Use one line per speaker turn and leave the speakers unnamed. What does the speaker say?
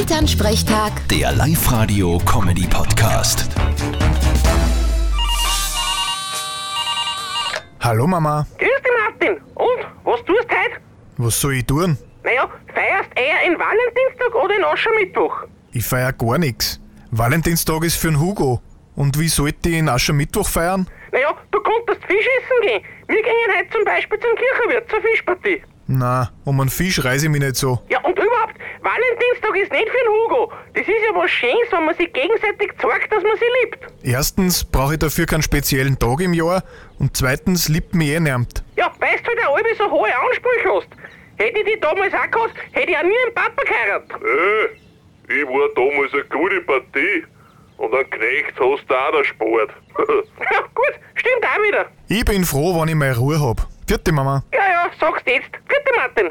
Elternsprechtag,
Der Live-Radio-Comedy-Podcast.
Hallo Mama,
Grüß dich, Martin. Und, was tust heute?
was soll ich tun?
Naja, feierst eher in Valentinstag oder in Aschermittwoch?
Ich feier gar nichts. Valentinstag ist für'n Hugo. Und wie sollte ich ihn Aschermittwoch feiern?
Naja, du konntest Fisch essen gehen. Wir gingen heute zum Beispiel zum Kirchenwirt zur Fischpartie.
Na, um einen Fisch reise ich mich nicht so.
Ja, und überhaupt, Valentinstag ist nicht für den Hugo. Das ist ja was Schönes, wenn man sich gegenseitig zeigt, dass man sie liebt.
Erstens brauche ich dafür keinen speziellen Tag im Jahr und zweitens liebt mich eh niemand.
Ja, weißt du, halt auch alle so hohe Ansprüche hast. Hätte ich die damals auch gehabt, hätte ich auch nie einen Papa geheiratet.
Äh, ich war damals eine gute Partie. Und einen Knecht hast du auch der Sport.
Ja, gut, stimmt auch wieder.
Ich bin froh, wenn ich meine Ruhe hab. Vierte Mama.
Ja, ja, sag's jetzt. Bitte, Martin.